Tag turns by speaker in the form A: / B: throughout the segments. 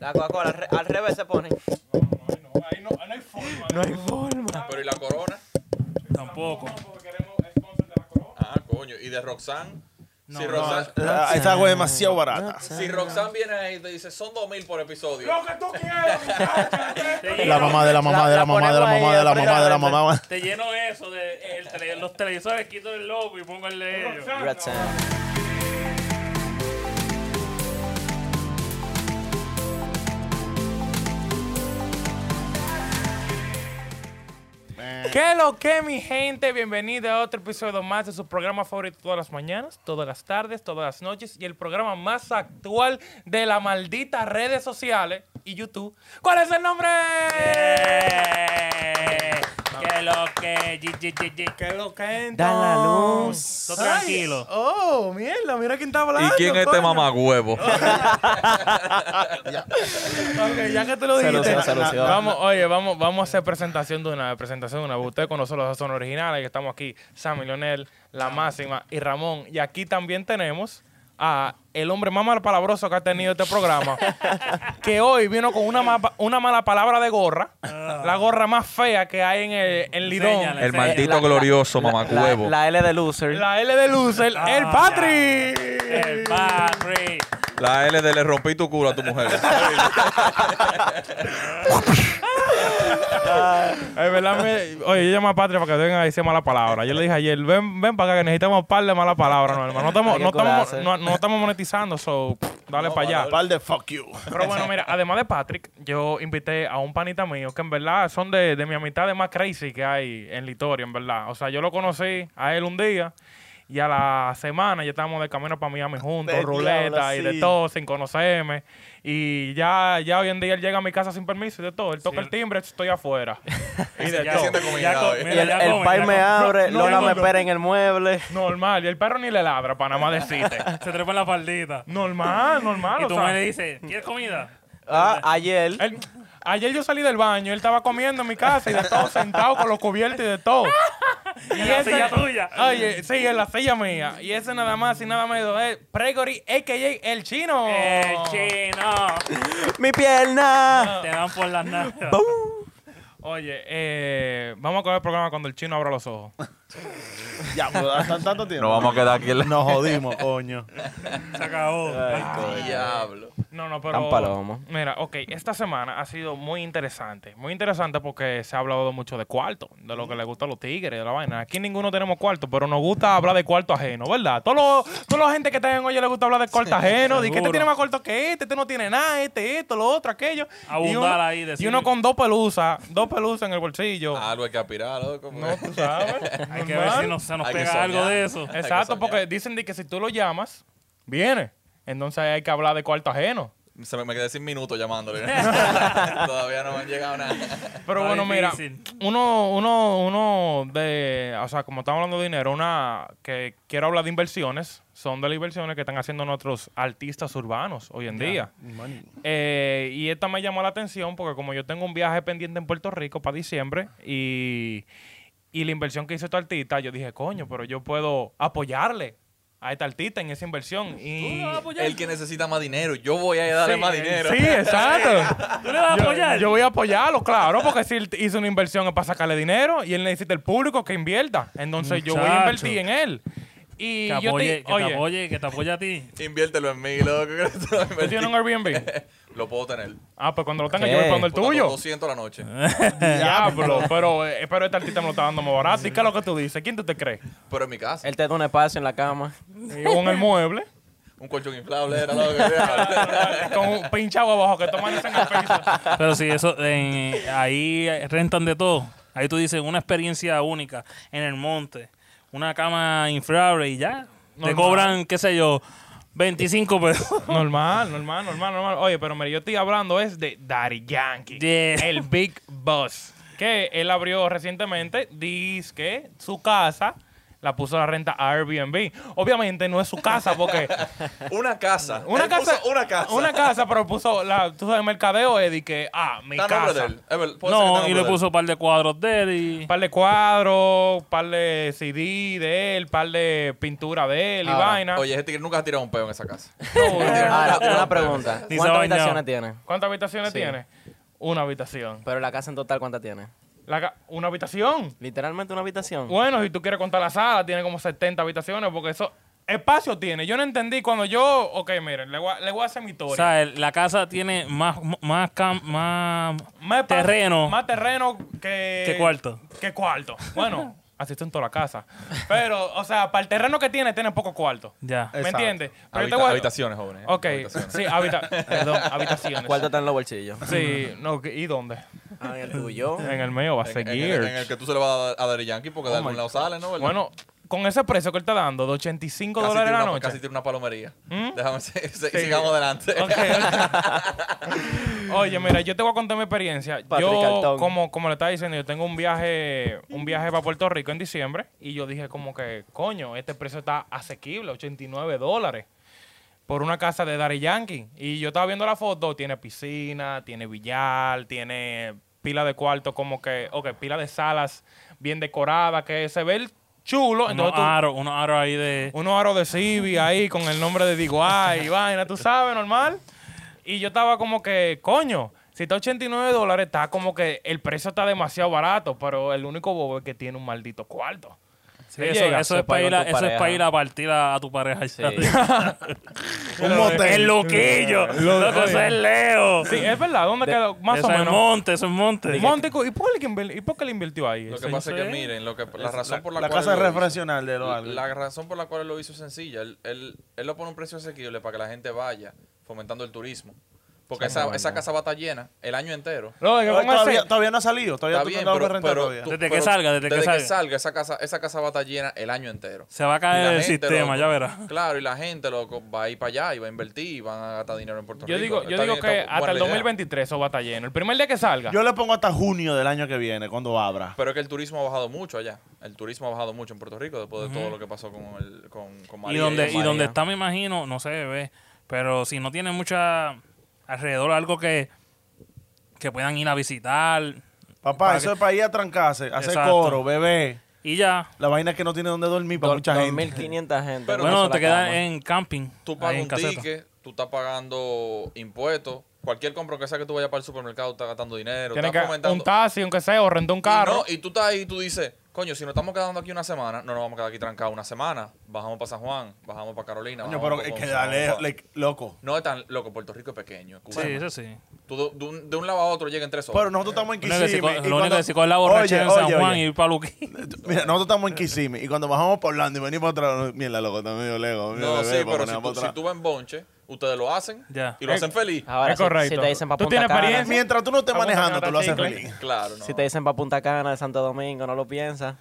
A: La Coca-Cola al, re- al revés se pone.
B: No, ahí no, ahí no hay forma.
C: No hay forma.
D: Pero ¿y la corona?
C: Tampoco.
B: Porque queremos sponsor de la corona.
D: Ah, coño. ¿Y de Roxanne?
C: No,
D: si
C: no,
D: Roxanne,
E: Ah, Esa agua es demasiado barata.
D: si Roxanne viene ahí y te dice, son dos mil por episodio.
B: Lo que tú quieras, muchacha.
E: La mamá de la mamá de la mamá de la mamá de la mamá de la mamá.
C: Te lleno eso de el tele- los televisores, quito el logo y pongo el de ellos.
A: Roxanne.
C: ¿Qué es lo que, mi gente? Bienvenida a otro episodio más de su programa favorito todas las mañanas, todas las tardes, todas las noches y el programa más actual de las malditas redes sociales y YouTube. ¿Cuál es el nombre?
F: Eh,
C: ¿Qué es lo que? ¿Qué es lo que?
A: Da la luz.
C: Todo tranquilo.
E: Oh, mierda, mira quién está hablando.
D: ¿Y quién es este mamagüevo?
E: ya que te lo
F: dijiste.
E: dijiste.
F: Salud, salud, salud.
C: Vamos, oye, vamos, vamos a hacer presentación de una vez, presentación de una vez. Ustedes con nosotros los son originales, que estamos aquí, Sammy Leonel, La Máxima y Ramón. Y aquí también tenemos a el hombre más mal palabroso que ha tenido este programa, que hoy vino con una, mapa- una mala palabra de gorra, la gorra más fea que hay en el en Lidón.
F: Enséñale.
D: El maldito glorioso mamagüevo.
A: La, L de loser.
C: La L de Lucer, el Patrick.
F: El Barry.
D: La L de le rompí tu culo a tu mujer.
C: Es verdad, me- oye, yo llamo a Patria para que venga a decir mala palabra. Yo le dije ayer, ven, ven para acá que necesitamos un par de malas palabras, no, hermano. No estamos,
A: Ay,
C: no
A: qué
C: estamos,
A: culazo.
C: no, no estamos monetizando, so pff, dale para allá.
E: Pal de fuck you.
C: Pero bueno, mira, además de Patrick, yo invité a un panita mío que en verdad son de, de mi amistad más crazy que hay en Litorio, en verdad. O sea, yo lo conocí a él un día y a la semana ya estábamos de camino para Miami juntos,
E: Del
C: ruleta
E: diablo,
C: y de
E: sí.
C: todo, sin conocerme. Y ya, ya hoy en día él llega a mi casa sin permiso y de todo. Él toca el timbre, estoy afuera. y de
D: Ya eh.
C: todo.
D: siente comunidad hoy.
A: Y el, el pai me abre,
C: No,
A: Lola
C: no,
A: me
C: no.
A: espera en el mueble.
C: Normal, y el perro ni le ladra para nada más decirte.
F: Se trepa en la faldita.
C: Normal, normal.
F: Y
C: o
F: tú
C: sea.
F: me le dices, ¿quieres comida?
A: Ah, ayer.
C: Él- ayer yo salí del baño, él estaba comiendo en mi casa y de todo sentado con los cubiertos y de todo. Y
F: En la silla tuya.
C: Oye, eh, sí, en la silla mía. Y ese nada más y nada menos es Pregory, a.k.a. El Chino.
F: El Eh, chino.
A: Mi pierna.
F: Te dan por las nalgas.
C: Oye, eh, vamos a acabar el programa cuando el Chino abra los ojos.
E: Ya, pues, tan- tanto tiempo.
D: Nos vamos a quedar aquí en la...
E: Nos jodimos, coño.
F: Se acabó.
D: Diablo.
C: No, no, pero...
A: Tan palomo.
C: Mira, ok, esta semana ha sido muy interesante. Muy interesante porque se ha hablado mucho de cuarto, de lo que le gusta a los tigres, de la vaina. Aquí ninguno tenemos cuarto, pero nos gusta hablar de cuarto ajeno, ¿verdad? Todos los, toda la gente que está en hoy le gusta hablar de cuarto ajeno. de que este
F: seguro.
C: tiene más cuarto que este, este no tiene nada, este, esto, lo otro, aquello.
F: Abundar
C: y uno,
F: ahí,
C: y
F: decir.
C: uno con dos pelusas, dos pelusas en el bolsillo.
D: Algo hay que aspirar, loco.
C: no, tú sabes.
F: Hay que ver
C: normal.
F: si no, se nos
D: Hay que
F: pega
D: soñar.
F: algo de eso.
D: Hay que
C: Exacto,
D: soñar.
C: porque dicen de que si tú lo llamas, viene. Entonces hay que hablar de cuarto ajeno.
D: Se me, me quedé sin minutos llamándole. Todavía no me han llegado nada.
C: Pero
F: Está
C: bueno,
F: difícil.
C: mira, uno, uno, uno de, o sea, como estamos hablando de dinero, una que quiero hablar de inversiones, son de las inversiones que están haciendo nuestros artistas urbanos hoy en día. Eh, y esta me llamó la atención porque como yo tengo un viaje pendiente en Puerto Rico para diciembre y, y la inversión que hizo este artista, yo dije, coño, pero yo puedo apoyarle a este artista en esa inversión. Y,
D: El que necesita más dinero, yo voy a darle más dinero.
C: Sí, exacto.
F: ¿Tú le vas a
C: Yo-
F: apoyar?
C: Yo, voy a apoyarlo, claro, porque si él t- hizo una inversión es para sacarle dinero y él necesita el público que invierta. Entonces yo voy a
F: Muchacho.
C: invertir en él. Y
F: que
C: yo te-
F: apoye, que te
C: oye,
F: apoye, que te apoye a ti.
D: Inviértelo en mí, loco. que esto lo
C: ¿tú
D: invertí.
C: tienes un Airbnb?
D: Lo puedo tener.
C: Ah, pues cuando lo tenga
A: ¿Qué?
C: yo voy cuando el
D: Puta, con
C: tuyo. Eh.
D: 200 la noche.
C: Diablo, pero, eh, pero este artista me lo está dando más barato. ¿Y qué es lo que tú dices? ¿Quién tú te crees?
D: Pero en mi casa.
A: Él te da un espacio en la cama.
C: Con el mueble,
D: Un colchón inflable era lo que
C: con un pinchado abajo que toman en el piso.
F: Pero sí, eso, en- ahí rentan de todo. Ahí tú dices una experiencia única en el monte, una cama infrable y ya.
C: Normal.
F: Te cobran, qué sé yo, 25 pesos.
C: Normal, normal, normal, normal. Oye, pero mira, yo estoy hablando es de Daddy Yankee.
F: Yeah.
C: El Big Boss. Que él abrió recientemente, dice que su casa la puso a la renta a Airbnb. Obviamente no es su casa porque
D: Una casa.
C: una
D: Él
C: casa
D: puso Una casa.
C: una casa, pero puso la tú sabes mercadeo Eddie que ah, mi
D: Está a nombre de
C: casa.
D: él. Es verdad, puede ser que está a
F: No, y
D: nombre
F: le
D: de él.
F: puso un par de cuadros de él y...
C: Un par de cuadros, un par de CD de él, un par de pintura de él
A: Ahora,
C: y vaina.
D: Ah, Oye, ese tigre nunca ha tirado un peo en esa casa.
A: Ahora,
D: Nunca ha tirado
A: una
D: un peo.
A: pregunta.
F: Ni se
A: ¿Cuántas
F: ha bañado.
A: habitaciones tiene?
C: ¿Cuántas habitaciones
A: Sí.
C: tiene? Una habitación.
A: Pero la casa en total, ¿cuántas tiene?
C: La ca- ¿Una habitación?
A: Literalmente una habitación.
C: Bueno, si tú quieres contar la sala, tiene como 70 habitaciones, porque eso... Espacio tiene. Yo no entendí cuando yo... Ok, miren, le voy a, le voy a hacer mi
F: O
C: historia.
F: sea, el- la casa tiene más, más, cam- más,
C: más pa-
F: terreno.
C: Más terreno que...
F: Que cuarto.
C: Que cuarto. Bueno, así está en toda la casa. Pero, o sea, para el terreno que tiene, tiene poco cuarto.
F: Ya.
C: ¿Me
E: Exacto.
C: entiendes? Pero yo te
D: Habita-
C: voy a-
D: Habitaciones, jóvenes.
C: Ok,
D: Habitaciones.
C: sí, habita- perdón, habitaciones.
A: ¿Cuánto está en los bolsillos?
C: Sí, no, ¿qué- ¿y dónde?
A: Ah, en el tuyo.
C: En el mío va a
D: En, en el, en
C: seguir.
D: el que tú se lo vas a dar a Daddy Yankee porque de algún lado sale, ¿no? ¿Verdad?
C: Oh Bueno, con ese precio que él está dando, de 85
D: Casi
C: dólares
D: tira
C: la
D: una-
C: noche.
D: Casi tiene una palomería.
C: ¿Mm?
D: Déjame, se- se-
C: Sí.
D: sigamos adelante.
C: Ok, ok. Oye, mira, yo te voy a contar mi experiencia.
A: Patrick
C: yo,
A: Altón.
C: como, como le estaba diciendo, yo tengo un viaje, un viaje para Puerto Rico en diciembre y yo dije como que, coño, este precio está asequible, 89 dólares por una casa de Daddy Yankee. Y yo estaba viendo la foto, tiene piscina, tiene billar, tiene pila de cuartos como que, ok, pila de salas bien decoradas, que se ve el chulo.
F: Unos
C: Entonces tú-
F: aros, unos aros ahí de...
C: unos aros de Civi ahí con el nombre de Diguay y vaina, tú sabes, normal. Y yo estaba como que, coño, si está 89 dólares, está como que el precio está demasiado barato, pero el único bobo es que tiene un maldito cuarto.
F: Sí,
C: Le
F: eso,
C: llega,
F: eso
A: se
F: es para
A: paga
F: ir
A: con
F: a,
A: tu
F: eso es
A: pareja.
F: para ir a partir a, a tu pareja.
A: Sí.
E: Un motel.
F: El loquillo. Loco, eso es Leo.
C: Sí, es verdad, ¿dónde quedó? Más
F: eso
C: o
F: es
C: menos.
F: monte, eso es monte.
C: Montico, ¿y por, qué, inver- ¿y por qué le invirtió ahí?
D: Lo
C: Eso
D: que pasa es
F: sé.
D: que, miren, lo que, la razón por la,
E: La
D: cual
E: casa
D: él lo hizo-
E: refraccional de los algo.
D: La razón por la cual él lo hizo es sencilla. Él, él, él lo pone a un precio asequible para que la gente vaya fomentando el turismo. Porque esa, esa casa va a estar lleena el año entero.
C: No, es que con
E: Todavía,
C: ese-
E: todavía no ha salido, todavía
D: Está
E: tú
D: bien,
E: no
D: pero,
E: lo puedes rentar
D: pero
E: todavía.
D: tú-
F: Desde que
D: pero
F: salga, desde que salga.
D: esa casa, esa casa va a estar llena el año entero.
F: Se
D: Y
F: va a
D: la
F: caer el
D: gente,
F: sistema,
D: loco,
F: ya verás.
D: Claro, y la gente, loco, va a ir para allá y va a invertir y van a gastar dinero en Puerto
C: yo
D: Rico.
C: digo, yo
D: Está
C: digo
D: bien,
C: que
D: está buena
C: hasta el
D: la idea.
C: 2023 eso va a estar lleno. El primer día que salga.
E: Yo le pongo hasta junio del año que viene, cuando abra.
D: Pero es que el turismo ha bajado mucho allá. El turismo ha bajado mucho en Puerto Rico después de todo lo que pasó con, el, con, con María.
F: y donde,
D: con
F: y donde
D: María.
F: está, me imagino, no sé, ve. Pero si no tiene mucha alrededor algo que, que puedan ir a visitar.
E: Papá,
F: Para
E: eso
F: que-
E: es para ir a trancarse, hacer
F: Exacto.
E: coro, bebé.
F: Y ya.
E: La vaina es que no tiene dónde dormir para
A: Do-
E: mucha gente.
A: 2.500 gente.
D: Pero
A: una
F: bueno,
A: sola
F: te quedas
A: cama.
F: en camping.
D: Tú
F: ahí
D: pagas
F: en
D: un
F: caseta.
D: ticket, tú estás pagando impuestos. Cualquier compra que sea que tú vayas para el supermercado, tú estás gastando dinero.
C: Tienes
D: Estás
C: que
D: fomentando.
C: un taxi, aunque sea, o rentar un carro.
D: Y, no, y tú estás ahí y tú dices, coño, si nos estamos quedando aquí una semana, no nos vamos a quedar aquí trancados una semana. Bajamos para San Juan, bajamos para Carolina.
E: Coño,
D: bajamos
E: pero es
D: pa'
E: que
D: Ponce,
E: dale,
D: bajamos pa'-
E: like, loco.
D: No es tan loco, Puerto Rico es pequeño. es
F: Sí,
D: Cuba.
F: eso sí.
D: Tú de, de un, de un lado a otro llegan tres horas.
E: Pero nosotros estamos en
F: Lo único que se co-
E: Kissimmee. y
F: lo único que
E: cuando-
F: se coge es la borrachera en
E: Oye,
F: San
E: oye,
F: Juan
E: oye.
F: y ir para Luquí.
E: Mira, nosotros estamos en Kissimmee y cuando bajamos por Orlando y venimos para atrás, mierda, loco, está medio lejos. mira,
D: No,
E: bebé,
D: sí,
E: para
D: pero
E: poner
D: si
E: para
D: tú, si
E: atrás.
D: tú vas en bonche, ustedes lo hacen
F: Ya. Eh, ah.
D: y lo hacen feliz.
C: Es
A: Ahora, si-
C: correcto.
A: Si te dicen para
C: Tú
A: Punta
C: tienes
A: Cana,
C: experiencia.
E: Mientras tú no estés
C: Vamos a
E: manejando,
C: sacar
E: tú lo haces
C: chicle.
E: feliz.
D: Claro, no.
A: si te dicen para Punta Cana de Santo Domingo, no lo piensas.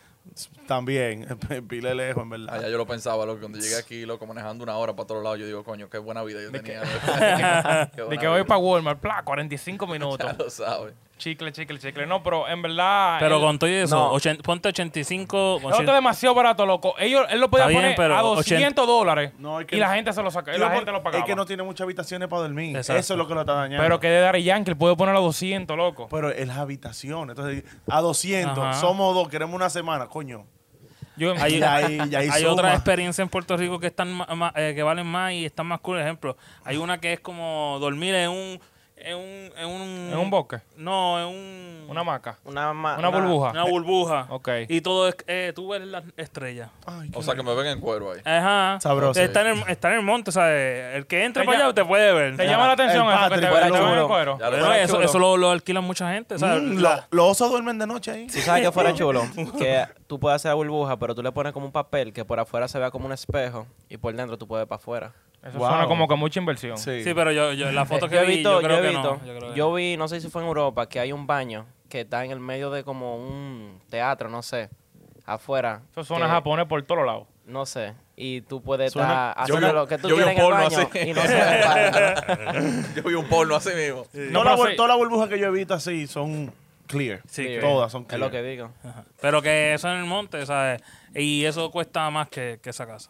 E: También, pile lejos, en verdad.
D: Allá yo lo pensaba, loco, cuando llegué aquí, loco, manejando una hora para todos lados, yo digo, coño, qué buena vida yo tenía. loco. Qué
C: De
D: buena
C: que voy
D: vida.
C: para Walmart, pla, 45 minutos.
D: Ya lo sabes.
C: chicle, chicle, chicle. No, pero en verdad.
F: Pero
C: él-
F: con todo y eso,
A: No.
F: ochen- ponte 85.
C: No está
F: ochen-
C: demasiado barato, loco. Ellos, él lo podía
F: Está bien,
C: poner
F: pero
C: a
F: 80
C: 200 dólares
E: No, es que
C: y la
E: no-
C: gente se lo saca,
E: Yo
C: la
E: por-
C: gente lo pagaba.
E: Es que no tiene muchas habitaciones para dormir.
F: Exacto.
E: Eso es lo que lo está dañando.
C: pero que de Daddy Yankee, él puede poner a 200, loco.
F: Pues,
E: Pero es la habitación. Entonces, a 200,
F: Ajá.
E: somos dos, queremos una semana, coño.
C: Yo,
F: Hay,
E: Y ahí- y ahí
F: hay
E: suma.
F: otras experiencias en Puerto Rico que están ma- ma- eh, que valen más y están más cool. Ejemplo, hay una que es como dormir en un en un en un,
C: en un bosque,
F: No, en un
C: una maca,
A: Una,
E: Ah,
A: ma-
C: una burbuja.
F: una burbuja.
C: Ok.
F: Y todo es eh, tú ves las estrellas.
E: Ay,
D: O sea, que me ven en cuero ahí.
F: Ajá.
E: Sabroso.
F: Está en el, está en el monte, o sea, eh, el que entre
C: Te
F: para
C: llama-
F: allá te puede ver.
C: Te llama la atención eso
E: el
C: que te
E: Patrick,
C: te
E: el
C: ven el
E: chulo.
C: cuero.
D: Ya lo
F: Pero
D: sabes.
F: eso, eso lo, lo alquila mucha gente. o sea,
E: Mm,
F: la-
E: lo- los osos duermen de noche ahí.
A: Tú sabes que fuera chulo. Que tú puedes hacer la burbuja, pero tú le pones como un papel que por afuera se vea como un espejo y por dentro tú puedes para afuera.
C: Eso
E: Wow.
C: suena como que mucha inversión.
F: Sí, pero yo, yo la foto
A: Eh,
F: que
A: yo he
F: vi,
A: visto,
F: yo
A: yo,
F: creo
A: he
F: que no.
A: visto,
F: Yo creo que
A: yo vi, no sé si fue en Europa, que hay un baño que está en el medio de como un teatro, no sé, afuera.
C: Eso suena
A: que-
C: japonés por todos lados.
A: No sé. Y tú puedes
E: Suena-
A: estar
D: yo
A: haciendo
D: vi-
A: lo que tú
D: yo vi
A: quieras
D: un
A: en el
D: porno
A: baño
D: así.
A: y no se ve para.
D: Yo vi un porno así mismo.
E: Todas
C: pero
E: las bur-
C: sí.
E: todas las burbujas que yo he visto así son clear.
F: Sí,
A: Sí,
F: que-
E: Todas son
A: Es lo
E: clear.
A: que digo.
F: pero que eso en el monte, ¿sabes? Y eso cuesta más que, que esa casa.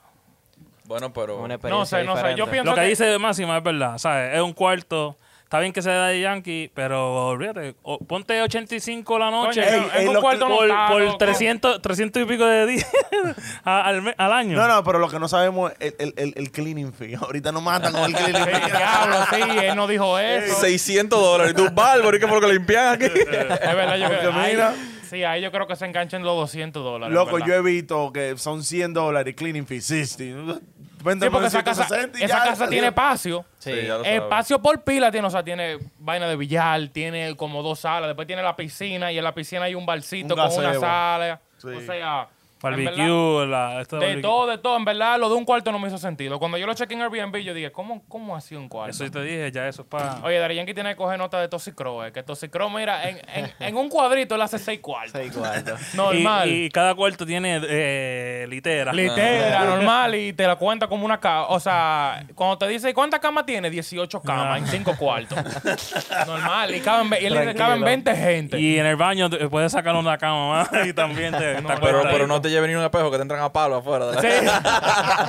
D: Bueno, pero.
A: Una
C: No
A: experiencia
C: sé, no sé. Yo
A: diferente.
C: pienso
F: Lo que
C: que-
F: dice Máxima es verdad, ¿sabes? Es un cuarto. Está bien que sea de Yankee, pero olvídate. o- ponte 85 la noche
C: Coño,
E: Ey,
C: no,
E: ey,
C: es un
E: lo-
C: cuarto no
F: por,
C: está,
F: por
C: loco.
F: 300, 300 y pico de días a- al, me- al año.
E: No, no, pero lo que no sabemos es el, el, el cleaning fee. Ahorita no matan con el cleaning
C: Sí,
E: fee.
C: diablo, sí, él no dijo eso.
D: 600 dólares. Y tú, Bárbaro, ¿y qué por lo que limpian aquí?
C: Es verdad, yo creo
E: Porque
C: ahí-
E: mira-
C: Sí, ahí yo creo que se enganchan los 200 dólares.
E: Loco,
C: ¿verdad?
E: yo he visto que son 100 dólares cleaning fee, 60. Vente
C: Sí,
E: por
C: porque esa casa,
E: 160 y
C: esa
E: ya
C: casa
E: salió.
C: tiene espacio.
D: Sí, ya lo sabes.
C: Espacio por pila tiene, o sea, tiene vaina de billar, tiene como dos salas, después tiene la piscina y en la piscina hay un barcito
E: Un
C: con una
E: gazebo.
C: sala.
E: Sí.
C: O sea, en verdad,
F: Barbecue, la, esto
C: de
F: barbecue.
C: todo, de todo. En verdad, lo de un cuarto no me hizo sentido. Cuando yo lo chequé en Airbnb, yo dije, ¿cómo, cómo así un cuarto?
F: Eso yo te dije, ya eso es para.
C: Oye, Dari Yankee tiene que coger nota de Toxicro, eh, que Toxicro, mira, en, en, en un cuadrito él hace seis cuartos.
A: Seis cuartos.
C: Normal.
F: Y, y cada cuarto tiene eh, litera.
C: Litera, normal, y te la cuenta como una cama. O sea, cuando te dice, ¿cuántas camas tiene? 18 camas en 5 cuartos. normal, y, caben, ve- y le caben
A: Tranquilo.
C: 20 gente.
F: Y en el baño te- puedes sacar una cama más y también te. te
D: Pero,
F: acuestas
D: pero
F: ahí.
D: no te lleven ni un espejo que te entran a palo afuera. de la-
C: Sí.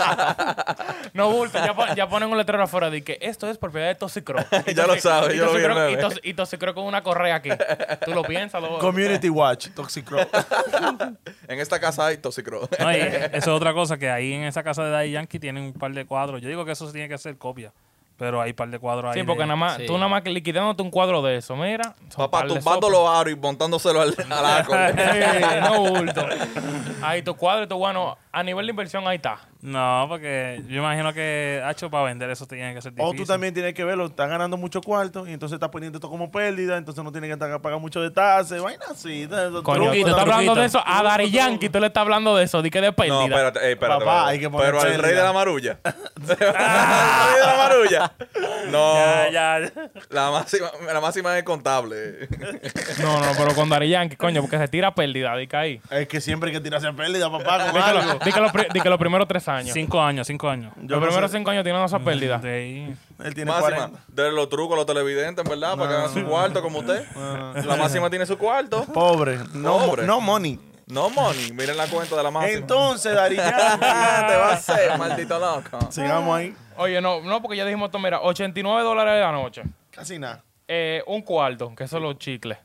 C: no bulto, ya, pon- ya ponen un letrero afuera de que esto es propiedad de Toxicro. Y
D: Ya lo
C: Toxi-
D: sabes,
C: y
D: yo lo vi en
C: Toxicro- y
D: meme.
C: Toxi- Y Toxicro con una correa aquí. Tú lo piensas, lo
E: Community Watch, Toxic Crow.
D: En esta casa hay toxicro.
F: No, y eso es otra cosa que ahí en esa casa de Daddy Yankee tienen un par de cuadros. Yo digo que eso se tiene que hacer copia, pero hay un par de cuadros ahí.
C: Sí, porque
F: de-
C: nada más,
A: Sí.
C: tú nada más que liquidándote un cuadro de eso, mira. son
D: Papá,
C: par de
D: tumbando
C: sopas.
D: los aros y montándoselo al, al árbol.
C: Sí, no bulto. Ahí tu cuadro y tu bueno, a nivel de inversión ahí está.
F: No, porque yo imagino que Hacho para vender eso tiene que ser
E: o
F: difícil.
E: tú también tienes que verlo, están ganando mucho cuarto y entonces estás poniendo esto como pérdida, entonces no tienes que estar- pagar mucho de tasa, vaina así. de- de-
C: Coño, tú
E: truco,
C: estás
E: truco.
C: hablando de eso a Dari Yankee, tú le estás hablando de eso, di que de pérdida.
D: No, espérate, ey, espérate.
E: Papá,
D: espérate.
E: hay que poner
D: Pero al
E: pérdida.
D: rey de la marulla. ¿Al rey de la marulla? No.
F: Ya, ya, ya.
D: La máxima, la máxima es contable.
C: No, no, pero con Dari Yankee, coño, porque se tira pérdida, di que ahí.
E: Es que siempre hay que tirarse a pérdida, papá, con
C: Di que,
E: algo.
C: lo- di que los pri- di que los primeros tres años.
F: Cinco años, cinco años.
E: Yo
C: los
E: no
C: primeros
E: sé,
C: cinco años tienen esas pérdidas.
F: De ahí.
E: Él tiene
D: máxima.
E: 40.
D: De los trucos, los televidentes, en verdad, para que
E: Ah.
D: hagan su cuarto como usted. La máxima tiene su cuarto.
E: Pobre, no, mo-
D: Pobre.
E: no money.
D: No money. Miren la cuenta de la máxima.
E: Entonces, Darillán,
D: Ah, te va a hacer, maldito loco.
E: sigamos ahí.
C: Oye, no, no, porque ya dijimos, esto, mira, 89 dólares de la noche.
E: Casi nada.
C: Eh, un cuarto, que son los chicles.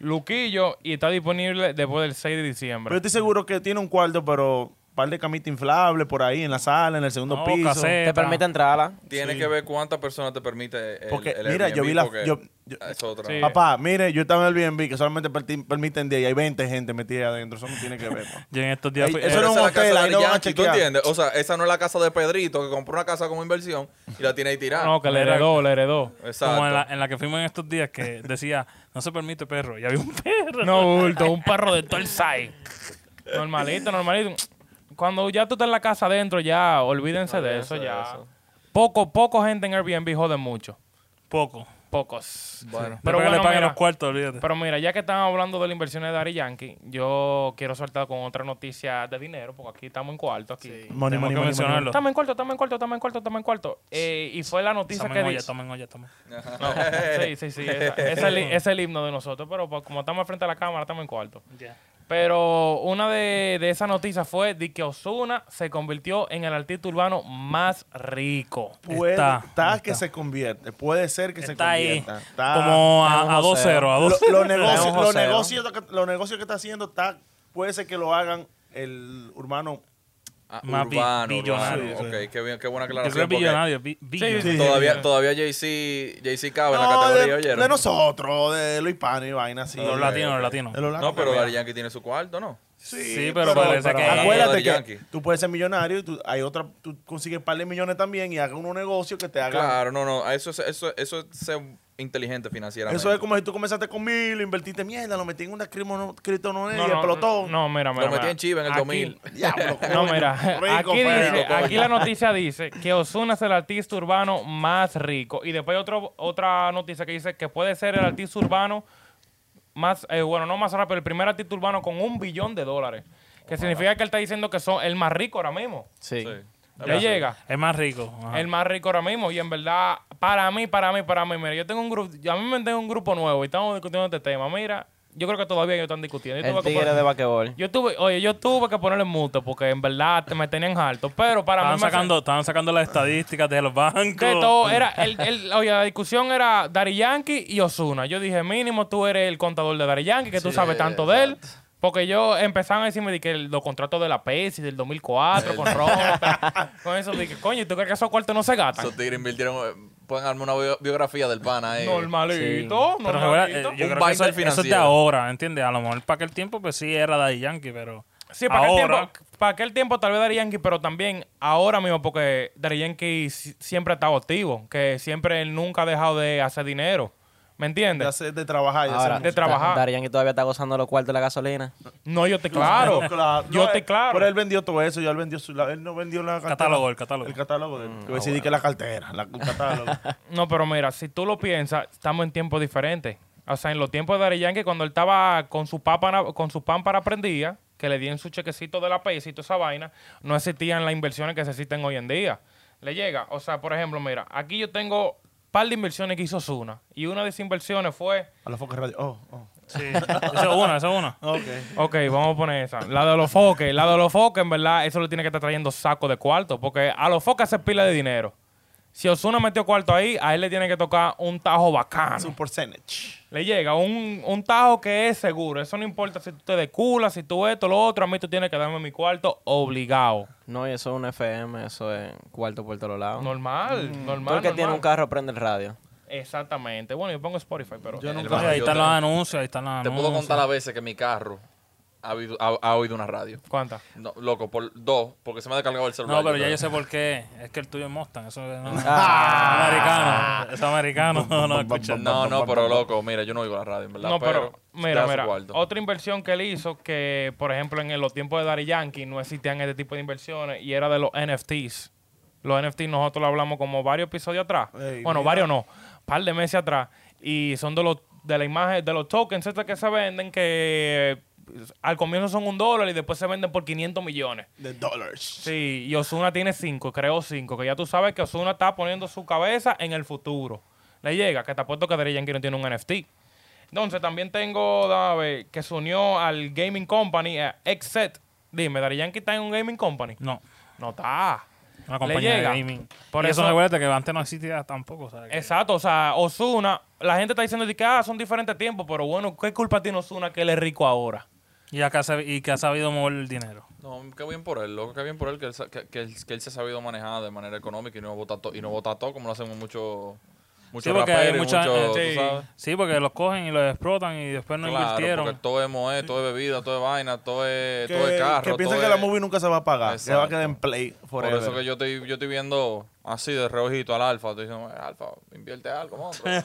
C: Luquillo, y está disponible después del 6 de
E: Pero
C: diciembre.
E: yo estoy seguro que tiene un cuarto, pero un par de camitas inflables por ahí en la sala, en el segundo
F: No,
E: piso.
F: caseta.
A: Te permite entrarla.
D: Tiene que ver cuántas personas te permite el,
E: Porque,
D: el
E: mira,
D: Airbnb,
E: yo vi la-
D: porque ah,
E: yo- yo-
D: es otra.
C: Sí.
E: Papá, mire, yo estaba en el Airbnb que solamente perti- permiten 10 y hay 20 gente metida adentro. Eso no tiene que ver. pa.
F: Yo en estos días.
E: Ey,
F: fui-
E: eso
F: eh,
E: no-
D: Pero
E: es un
D: esa es la casa
E: hotel, ahí
D: de
E: no van a
D: Yankee, ¿Tú
E: chequear.
D: entiendes? O sea, esa no es la casa de Pedrito que compró una casa como inversión y la tiene ahí tirada.
C: No, que le heredó, le heredó.
D: Exacto.
F: como en la, en la que fuimos en estos días que decía, no se permite perro. Y había un perro.
C: No, bulto, un perro de todo el side. Normalito, normalito. Cuando ya tú estás en la casa adentro, ya olvídense de eso, ya. Poco, poco gente en Airbnb joden mucho.
F: Poco.
C: Pocos.
D: Bueno.
C: Pero
F: Pero que
C: bueno,
F: le paguen
C: mira.
F: los cuartos, olvídate.
C: Pero mira, ya que están hablando de la inversión de Dari Yankee, yo quiero soltar con otra noticia de dinero, porque aquí estamos en cuarto. Aquí.
E: Money,
F: Tenemos
E: money,
F: que
E: money, money.
F: mencionarlo.
C: Estamos en cuarto, estamos en cuarto, estamos en cuarto, estamos en cuarto. Eh, y fue la noticia
F: Tomen
C: que
F: olla,
C: dice.
F: tomen olla, tomen.
C: No, sí, sí, sí. esa- esa es el- ese es el himno de nosotros, pero pues, como estamos frente a la cámara, estamos en cuarto. Pero una de, de esas noticias fue de que Osuna se convirtió en el artista urbano más rico.
E: Puede,
F: Está,
E: está,
F: está.
E: que se convierte. Puede ser que se
F: Está ahí.
E: convierta. Está-
F: Como a, a
A: Tenemos
F: 2-0. A
E: Lo-
F: 2
E: los, negocios,
A: Tenemos
E: los,
A: joseo.
E: negocios que, los negocios que está haciendo está, puede ser que lo hagan el urbano.
D: Ah,
F: Más bi-
D: urbano,
F: billonario.
D: urbano.
E: Sí, sí.
D: Ok, qué, bien, qué buena
F: Yo
D: aclaración.
F: soy
D: porque
F: billonario. bi- billonario.
E: sí.
D: Todavía, todavía Jay-Z Jay cabe en Ah, la
E: No,
D: categoría,
E: de,
D: ¿oyeron?
E: de nosotros, de los hispanos y vaina así.
F: Los latinos, los latinos.
E: De los
D: No, pero Dari
E: latinos.
D: Yankee tiene su cuarto, ¿no?
F: Sí, pero parece que-
E: Acuérdate
D: Daddy
E: que
D: Yankee.
E: tú puedes ser millonario y tú, hay otra, tú consigues un par de millones también y hagas unos negocios que te hagan.
D: Claro, no, no. Eso es, eso, eso es ser inteligente financieramente.
E: Eso es como si tú comenzaste con mil, invertiste mierda, lo metí en una criptono- criptomoneda y explotó.
C: No, mira, mira.
D: Lo metí
C: mira.
D: en Chiva en el
C: Aquí-
D: 2000.
E: Diablo, coño.
C: No, mira,
E: Rico,
C: aquí, dice,
E: rico,
C: aquí la noticia dice que Osuna es el artista urbano más rico. Y después hay otro, otra noticia que dice que puede ser el artista urbano más, eh, bueno, no más rápido, el primer artista urbano con un billón de dólares. Que significa que él está diciendo que son el más rico ahora mismo.
A: Sí.
D: Sí.
C: Ya llega.
F: Es más rico. ajá.
C: El más rico ahora mismo. Y en verdad, para mí, para mí, para mí, mira, yo tengo un grupo, a mí me tengo un grupo nuevo y estamos discutiendo este tema. Mira, yo creo que todavía ellos están discutiendo. Yo
A: El
C: tuve que
A: tigre
C: poner-
A: de vaquebol.
C: yo tuve, oye, yo tuve que ponerle multa porque en verdad te- me tenían alto. Pero para mí
F: Estaban
C: me hace-
F: sacando, estaban sacando las estadísticas de los bancos.
C: de todo, era el, el- oye, la discusión era Dari Yankee y Osuna. Yo dije, mínimo tú eres el contador de Dari Yankee, que tú sabes tanto de él. Porque yo empezaban a decirme de que el- los contratos de la PESI del 2004 con Ropa, con eso. Dije, coño, ¿tú crees que esos cuartos no se gastan?
D: Esos tigres invirtieron. eh, Pueden armar una bio- biografía del pana eh. ahí.
C: Normalito,
F: Pero ahora,
C: normalito.
F: eh, yo
D: Un
F: creo
D: binder
F: que eso, eso es de
D: financiero.
F: ahora, ¿entiendes? A lo mejor para aquel tiempo pues sí era Daddy Yankee, pero
C: Sí, para aquel,
F: ahora,
C: tiempo, para aquel tiempo tal vez Dari Yankee, pero también ahora mismo, porque Dari Yankee si- siempre ha estado activo, que siempre él nunca ha dejado de hacer dinero. ¿Me
E: De,
C: entiendes?
E: hacer, de trabajar. de
C: Ahora,
E: hacer música.
C: de trabajar.
A: Darían que todavía está gozando los cuartos de la gasolina.
C: No, yo te claro.
E: No, eh,
C: Yo te
E: él-
C: claro.
E: Pero él vendió todo eso. Ya él vendió su. la- él no vendió la cartera.
F: Catálogo, el catálogo.
E: El catálogo
C: Mm, ah,
E: de él. que decidí que la cartera. La, el catálogo.
C: No, pero mira, si tú lo piensas, estamos en tiempos diferentes. O sea, en los tiempos de Dari Yankee, cuando él estaba con su, pámpara, con su pámpara prendida, que le dieron su chequecito de la pesa y toda esa vaina, no existían las inversiones que se existen hoy en día. Le llega, o sea, por ejemplo, mira, aquí yo tengo un par de inversiones que hizo Zuna. Y una de esas inversiones fue...
E: A la foca radio. Oh, oh.
F: sí. Eso es una, eso es una.
E: Ok.
C: Ok, vamos a poner esa. La de los foques. La de los foques, en verdad, eso lo tiene que estar trayendo saco de cuarto. Porque a los foques se pila de dinero. Si Osuna metió cuarto ahí, a él le tiene que tocar un tajo
E: Su
C: bacano.
E: percentage.
C: Le llega un, un tajo que es seguro. Eso no importa si tú te desculas, si tú esto, lo otro. A mí tú tienes que darme mi cuarto obligado.
A: No, y eso es un FM, eso es cuarto por todos lados.
C: Normal, normal.
A: Todo Mm. el que tiene
C: normal.
A: un carro prende el radio.
C: Exactamente. Bueno, yo pongo Spotify, pero... eh,
D: El
F: Oye,
D: barrio
F: ahí están
D: te-
F: los anuncios, ahí están los
D: Te
F: anuncios.
D: puedo contar las veces que mi carro ha, habido- ha- ha oído una radio.
C: ¿Cuánta?
D: No, loco, por dos, porque se me ha descargado el celular.
F: No, pero ya yo sé por qué. Es que el tuyo es Mustang, eso es no. americano. Es americano, no, no escucha.
D: No, no, pero loco, mira, yo no oigo la radio, en verdad.
C: No, pero, mira,
D: da su
C: mira.
D: cuarto.
C: Otra inversión que él hizo, que por ejemplo en el- los tiempos de Daddy Yankee no existían este tipo de inversiones y era de los NFTs. Los NFTs nosotros lo hablamos como varios episodios atrás.
E: Ey,
C: bueno,
E: mira.
C: varios no, par de meses atrás. Y son de los de la imagen, de los tokens estos que se venden que eh, al comienzo son un dólar y después se venden por 500 millones.
E: De dólares.
C: Sí, y Osuna tiene cinco, creo cinco, que ya tú sabes que Osuna está poniendo su cabeza en el futuro. Le llega, que te apuesto que Daddy Yankee no tiene un NFT. Entonces también tengo, dame a ver, que se unió al Gaming Company, a Exet. Dime, Daddy Yankee está en un Gaming Company.
F: No,
C: No está.
F: una compañía de
C: llega.
F: gaming.
C: Por
F: y eso,
C: eso-
F: recuerda que antes no existía tampoco, ¿sabes? Que-
C: Exacto, o sea, Osuna, la gente está diciendo de que ah, son diferentes tiempos, pero bueno, ¿qué culpa tiene Osuna que él es rico ahora?
F: Y, acá se- y que ha sabido mover el dinero.
D: No, qué bien por él, loco, qué bien por él que él, sa- que, que él, que él se ha sabido manejar de manera económica y no vota todo, y no vota todo como lo hacemos muchos mucho
F: Sí, porque hay
D: raperos y
F: mucha-
D: muchos,
C: eh, sí.
D: tú sabes.
F: Sí, porque los cogen y los explotan y después no
D: Claro, porque
F: invirtieron.
D: todo es moe, todo es bebida, todo es vaina, todo es,
E: Que,
D: todo es carro.
E: que piensa
D: todo
E: que la
D: es-
E: movie nunca se va a pagar. Se va a quedar en play
D: Por
E: forever.
D: eso que yo estoy, yo estoy viendo así de reojito al alfa. Estoy diciendo, alfa, invierte algo, monstruo.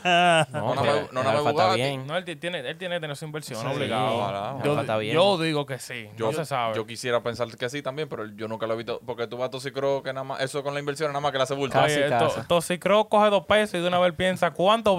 D: No, no, me- no, no me
A: Alfa está
D: Bugatti.
A: bien.
C: No, él ti- tiene, él tiene que tener su inversión
A: Sí.
C: obligado.
D: Ojalá, ojalá.
C: Yo,
A: Está bien.
C: yo digo que sí, no se sabe.
D: Yo quisiera pensar que sí también, pero yo nunca lo he visto. Porque tú vas a Toxicro, que nada más, eso con la inversión, nada más que la hace bulto.
A: Casi,
C: Oye,
A: casi.
C: to- Toxicro coge dos pesos y de una vez piensa cuántos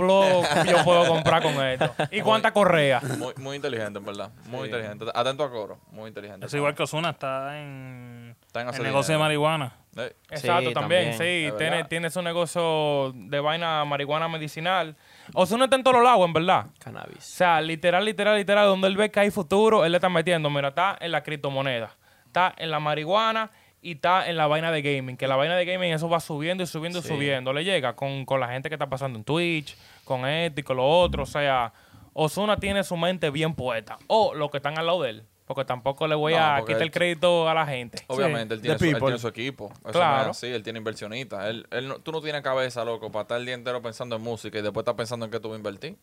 C: blogs yo puedo comprar con esto y cuánta correa.
D: Muy, muy inteligente, en verdad. Muy inteligente. Atento a coro. Muy inteligente.
F: Eso igual que Osuna está en
D: Está en
F: el
D: hacer
F: negocio de
D: dinero.
F: marihuana.
D: Eh,
C: Exacto,
A: Sí,
C: también,
A: también,
C: sí.
D: es
C: Tiene,
D: verdad.
C: tiene su negocio de vaina marihuana medicinal. O sea, uno está en todos lados, en verdad. O
A: Cannabis.
C: sea, literal, literal, literal, donde él ve que hay futuro, él le está metiendo. Mira, está en la criptomoneda, está en la marihuana y está en la vaina de gaming. Que la vaina de gaming, eso va subiendo y subiendo y subiendo. Le llega con, con la gente que está pasando en Twitch, con esto y con lo otro. O sea, Osuna tiene su mente bien puesta. O los que están al lado de él. Porque tampoco le voy
D: No,
C: a
D: porque
C: quitar el
D: él-
C: crédito a la gente.
D: Obviamente, él, tiene
E: the
D: su, él
E: people.
D: tiene su equipo. Eso
C: Claro.
D: no es así, él tiene inversionistas. Él, él no- tú no tienes cabeza, loco, para estar el día entero pensando en música y después estás pensando en qué tú vas a invertir.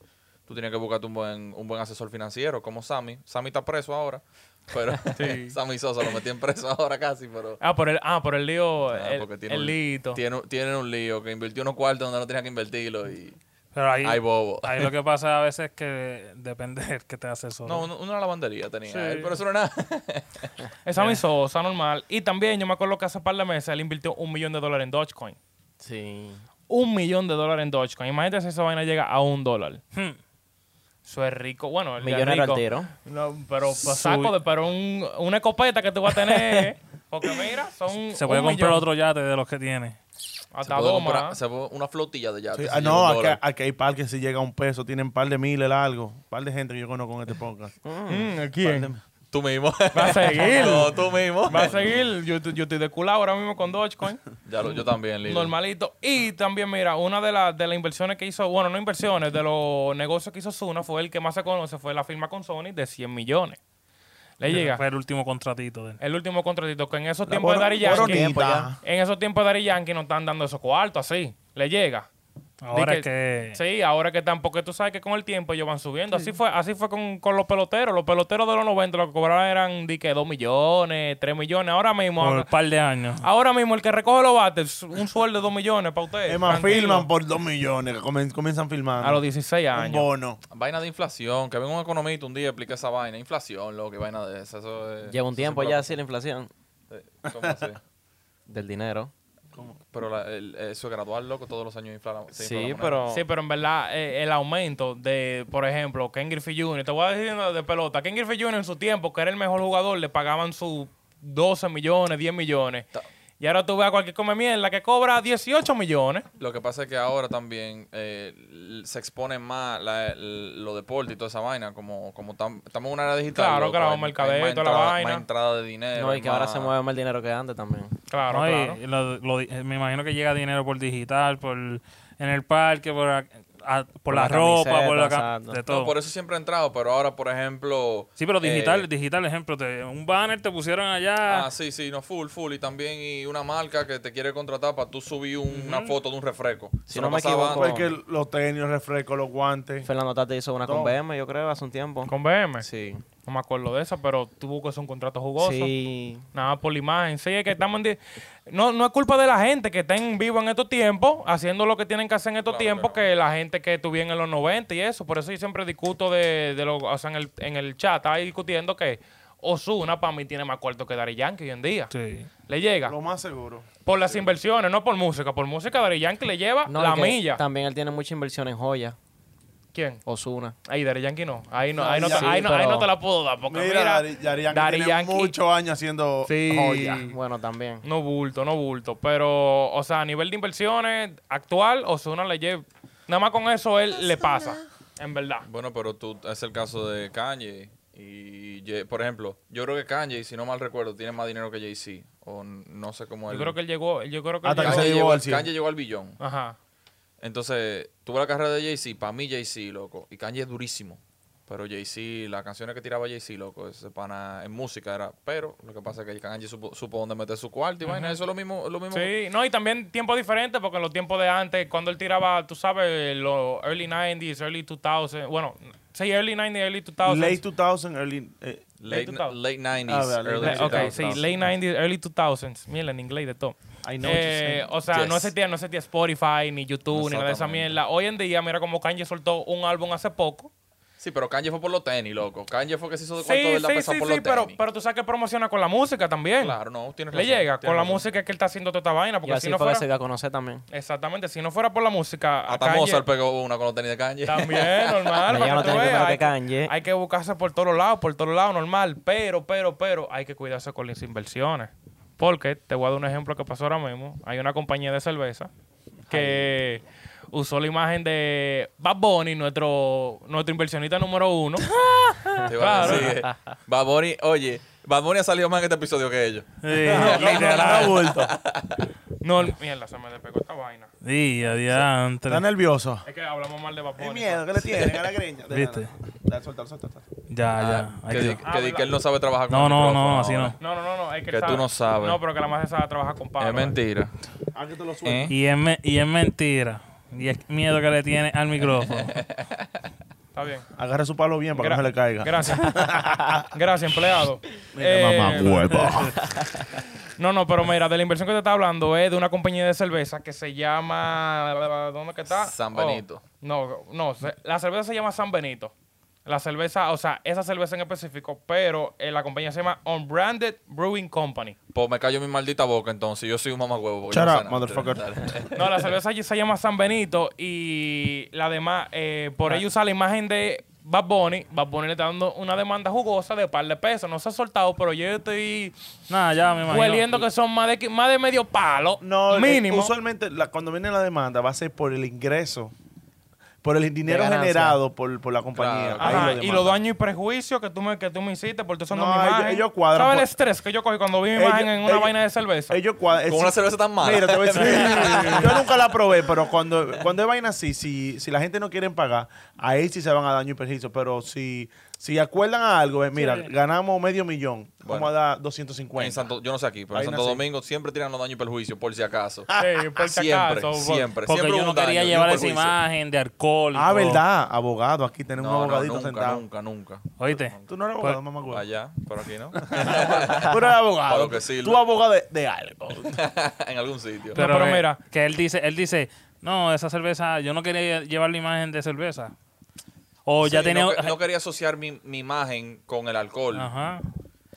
D: Tú tienes que buscarte un buen, un buen asesor financiero, como Sammy. Sammy está preso ahora. Pero Sammy Sosa lo metí en preso ahora casi, pero...
C: Ah, por el, ah, por el lío.
D: Ah,
C: el,
D: porque tiene
C: el
D: un-
C: lío.
D: Tiene, tiene un lío que invirtió unos cuartos donde no tenía que invertirlo y...
F: Pero ahí,
D: Ay, bobo.
F: ahí lo que pasa a veces es que depende del que te hace eso.
D: No, una, una lavandería tenía él, pero eso no era nada.
C: Esa
D: eh.
C: me hizo, o sea, normal. Y también yo me acuerdo que hace par de meses él invirtió un millón de dólares en Dogecoin.
A: Sí.
C: un millón de dólares en Dogecoin. Imagínate si esa vaina llega a un dólar.
F: Hmm.
C: Eso es rico. Bueno, el de
A: Millonario al
C: rico.
A: tiro.
C: No, pero pues, saco de, pero un- una escopeta que tú vas a tener. Porque mira, son.
F: Se puede
C: un
F: comprar
C: millón.
F: otro yate de los que tiene.
D: Se
C: Hasta
D: puede
C: dos
D: comprar-
C: más.
D: se puede- una flotilla de yates.
E: Sí,
D: si
E: ah,
D: llega
E: no,
D: un
E: aquí,
D: dólar.
E: aquí hay par que si llega a un peso, tienen par de miles largo. Par de gente que yo conozco en este podcast.
C: Mm, ¿Quién?
D: Tú mismo.
C: Va a seguir.
D: No, tú mismo.
C: Va a seguir. Yo, yo estoy de culo ahora mismo con Dogecoin.
D: Ya lo- yo también, Lili.
C: Normalito. Y también, mira, una de, las de las inversiones que hizo, bueno, no inversiones, de los negocios que hizo Zuna fue el que más se conoce, fue la firma con Sony de 100 millones. Le llega.
F: Fue el último contratito de él.
C: El último contratito que en esos
E: La
C: tiempos de
E: boro-
C: Daddy Yankee.
E: boronita.
C: ya, En esos tiempos de Daddy Yankee no están dando esos cuartos así. Le llega.
F: Ahora
C: Di
F: es que.
C: Sí, ahora que están, porque tú sabes que con el tiempo ellos van subiendo. Así fue así fue con, con los peloteros. Los peloteros de los 90 lo que cobraban eran de que 2 millones, 3 millones. Ahora mismo.
F: Por un par de años.
C: Ahora mismo el que recoge los bates, un sueldo de 2 millones para ustedes.
E: Es más,
C: Tranquilo.
E: filman por dos millones. comen- comienzan filmando.
C: A los 16
E: Un
C: años.
E: bono.
D: Vaina de inflación. Que venga un economista un día y explique esa vaina. Inflación, loco, que vaina de esa. Eso es-
A: Lleva un
D: eso
A: tiempo
D: siempre-
A: ya así la inflación
D: Sí, ¿cómo así?
A: del dinero.
D: Pero la- el- eso es gradual, loco. Todos los años infla se infla la
A: Sí,
D: moneda.
A: pero...
C: Sí, pero en verdad eh, el aumento de, por ejemplo, Ken Griffey Jr., te voy a decir de pelota, Ken Griffey Jr. en su tiempo, que era el mejor jugador, le pagaban sus 12 millones, 10 millones.
D: Ta-
C: Y ahora tú ves a cualquier come mierda que cobra 18 millones.
D: Lo que pasa es que ahora también eh, l- se expone más la, l- los deportes y toda esa vaina. Como, como tam- estamos en una era digital.
C: Claro,
D: loco,
C: claro,
D: hay- hay
C: mercadeo y
D: más
C: toda la
D: entrada-
C: vaina.
D: Más entrada de dinero.
A: no, y que ahora
D: más-
A: se mueve más el dinero que antes también.
C: Claro,
F: No, y
C: claro.
F: lo- lo di- eh, me imagino que llega dinero por digital, por en el parque, por, a- a- por,
A: Por
F: la,
A: la
F: ropa, por
A: camiseta,
F: la ca-
A: exacto.
F: de
D: No,
F: todo.
D: por eso siempre he entrado, pero ahora, por ejemplo.
F: sí, pero digital,
D: eh,
F: digital, ejemplo, te- un banner te pusieron allá.
D: Ah, sí, sí, no, full, full. Y también y una marca que te quiere contratar para tú subir un- una foto de un refresco.
A: Si
D: Eso
A: no me
D: pasaba
A: equivoco,
D: antes.
E: Porque los tenis, los refrescos, los guantes.
A: Fernando Tate hizo una
E: No.
A: con BM, yo creo, hace un tiempo.
C: Con BM.
A: Sí.
C: No me acuerdo de esa, pero tuvo que ser un contrato jugoso.
A: Sí.
C: Nada por la imagen. Sí, es que estamos en di- no, no es culpa de la gente que está en vivo en estos tiempos, haciendo lo que tienen que hacer en estos
D: Claro que
C: tiempos,
D: no.
C: que, la gente que estuvieron en los 90 y eso. Por eso yo siempre discuto de, de lo, o sea, en el, en el chat, estaba ahí discutiendo que Osuna para mí tiene más cuarto que Dari Yankee hoy en día.
F: Sí.
C: Le llega.
E: Lo más seguro.
C: Por las inversiones, no por música. Por música, Dari Yankee le lleva
A: No,
C: la
A: y que
C: milla.
A: También él tiene mucha inversión en joyas.
C: ¿Quién?
A: Osuna.
C: Ahí Dari Yankee no. Ahí no, ahí no,
A: Sí,
C: te, ahí no, ahí
A: pero-
C: no te la puedo dar. Porque mira,
E: Mira, Dari Dari Yankee
C: Daddy
E: tiene
C: Yankee-
E: muchos años haciendo
C: Sí.
E: joyas.
A: Bueno, también.
C: No bulto, no bulto. Pero, o sea, a nivel de inversiones actual, Osuna le lleva. Nada más con eso él le pasa. En verdad.
D: Bueno, pero tú es el caso de Kanye. Y, Ye- por ejemplo, yo creo que Kanye, si no mal recuerdo, tiene más dinero que Jay-Z. O n- no sé cómo
C: Yo
D: él-
C: creo que él llegó. Yo creo que él
E: Hasta que
C: llegó-
E: se
D: Kanye
E: llevó
D: llegó,
E: al cien.
D: Kanye llegó al billón.
C: Ajá.
D: Entonces, tuve la carrera de Jay-Z. Para mí, Jay-Z, loco. Y Kanye es durísimo. Pero Jay-Z, las canciones que tiraba Jay-Z, loco, ese pana en música era. Pero lo que pasa es que Kanye supo, supo dónde meter su cuarto y vaina. Eso es lo mismo. Lo mismo
C: Sí, no, y también tiempos diferentes, porque en los tiempos de antes, cuando él tiraba, tú sabes, los early 90s, early 2000, bueno, sí, early 90s, early 2000.
E: Late 2000, early. eh,
D: Late,
C: Late 2000.
D: late 90s.
E: Ah, vale,
D: early
C: Le- ok,
D: 2000s.
C: sí, late 90s, early 2000s. Mira, en inglés de todo.
E: I know what you're
C: Eh,
E: saying.
C: o sea, no
D: Yes.
C: existía, no existía Spotify, ni YouTube, ni nada de esa
D: Exactamente.
C: mierda. Hoy en día, mira como Kanye soltó un álbum hace poco.
D: Sí, pero Kanye fue por los tenis, loco. Kanye fue que se hizo de
C: Sí,
D: cuarto de verdad
C: sí,
D: pesado
C: sí,
D: por
C: sí,
D: los
C: pero,
D: tenis.
C: pero tú sabes que él promociona con la música también.
D: claro, no, tienes
C: Le
D: razón.
C: llega con
D: Tienes
C: la
D: razón.
C: música que él está haciendo toda esta vaina,
A: Y
C: porque
A: así
C: si no
A: fue
C: fuera...
A: que se dio a conocer también.
C: Exactamente, si no fuera por la música... a
D: Hasta
C: Kanye-
D: Mozart pues. pegó una con los tenis de Kanye.
C: También, normal.
A: Pero
C: para
A: ya no
C: tú
A: tiene que
C: veas,
A: ver
C: hay
A: que Kanye.
C: Hay que buscarse por todos lados, por todos lados, normal. Pero, pero, pero, hay que cuidarse con las inversiones. Porque, te voy a dar un ejemplo que pasó ahora mismo. Hay una compañía de cerveza que usó la imagen de Bad Bunny, nuestro, nuestro inversionista número uno.
D: Te iba a
C: Claro.
D: decir, eh, Bad Bunny, oye, Bad Bunny ha salido más en este episodio que ellos.
F: Sí, eh, literal.
C: no, mierda, se me despegó esta vaina.
F: Día, diantre.
E: Está nervioso.
C: Es que hablamos mal de Bad Bunny.
E: Qué miedo, ¿qué le tienen a la greña? De
F: ¿Viste?
E: nada. Dale, suelta, suelta, suelta.
F: Ya, ya. Hay
D: que,
F: que-
D: di-
C: Ah,
D: que di
C: ¿verdad?
D: que él no sabe trabajar con
F: No,
D: el
F: no,
D: micrófono
F: no, así
D: ahora.
C: No,
F: no.
C: no, no, no. Es que,
D: Que
C: él
D: tú
C: sabe-
D: no sabes.
C: No, pero que la más sabe trabajar con ¿eh? Pablo.
D: Es mentira.
E: Ah, que te lo suelto.
D: ¿Eh?
F: Y es, me- y es mentira. Y es miedo que le tiene al micrófono.
C: Está bien.
E: Agarra su palo bien para que
C: Gra-
E: no se le caiga.
C: Gracias. gracias, empleado. Eh, No, no, pero mira, de la inversión que te estaba hablando es de una compañía de cerveza que se llama. ¿Dónde que está?
D: San
C: Oh,
D: Benito.
C: no, no, se- la cerveza se llama San Benito. La cerveza, o sea, esa cerveza en específico, pero eh, la compañía se llama Unbranded Brewing Company.
D: Pues me callo mi maldita boca entonces. Yo soy un mamagüevo. porque yo
E: Shut
D: no
E: up,
D: sé nada.
E: motherfucker.
D: Dale.
C: No, Ah. la cerveza allí se llama San Benito y la demás, eh, por ello usa la imagen de Bad Bunny, Bad Bunny le está dando una demanda jugosa de par de pesos. No se ha soltado, pero yo estoy
F: Nada, ya me imagino.
C: hueliendo que son más de, qui- más de medio palo.
E: No,
C: mínimo.
E: eh, usualmente la- cuando viene la demanda va a ser por el ingreso, por el dinero
A: ganancia.
E: generado por, por la compañía.
D: Claro.
E: Ahí
C: Ajá,
E: lo
C: y
E: demandan.
C: los daños y prejuicios que tú me, que tú me hiciste por tu
E: No,
C: mi
E: ellos-
C: imagen.
E: ellos cuadran
C: ¿Sabes el
E: por-
C: estrés que yo cogí cuando vi mi
E: Ellos-
C: imagen en una
E: ellos-
C: vaina de cerveza?
E: Ellos cuadran-
D: Con
E: si-
D: una cerveza tan mala.
E: Mira, te voy a decir, yo nunca la probé, pero cuando, cuando hay vaina así, si, si la gente no quiere pagar, ahí sí se van a daño y perjuicio. Pero si, si acuerdan a algo, es, mira, ganamos medio millón,
D: Bueno.
E: vamos a dar
D: En
E: 250.
D: Santo, yo no sé aquí, pero en
E: Ahí
D: Santo
E: nací.
D: Domingo siempre tiran los daños y perjuicios, por si acaso.
C: Sí, por si
D: siempre,
C: acaso, por-
D: siempre.
F: Porque
D: siempre
F: yo
D: hubo
F: no
D: un daño
F: quería
D: y un
F: llevar esa
D: perjuicio.
F: imagen de alcohol. y
E: Ah,
F: todo.
E: ¿verdad? Abogado, aquí tenemos
D: No,
E: un
D: no,
E: abogadito
D: nunca,
E: sentado.
D: nunca, nunca.
F: ¿Oíste?
E: Tú no eres
F: Pues,
E: abogado, mamá güey.
D: Allá, pero aquí no.
E: Tú eres abogado.
D: Para lo que sirve.
E: Tú abogado de, de algo.
D: en algún sitio.
C: No, pero
F: que-
C: mira.
F: Que él dice, él dice, no, esa cerveza, yo no quería llevar la imagen de cerveza. O ya
D: Sí,
F: tenía...
D: no, que- no quería asociar mi, mi imagen con el alcohol.
F: Ajá.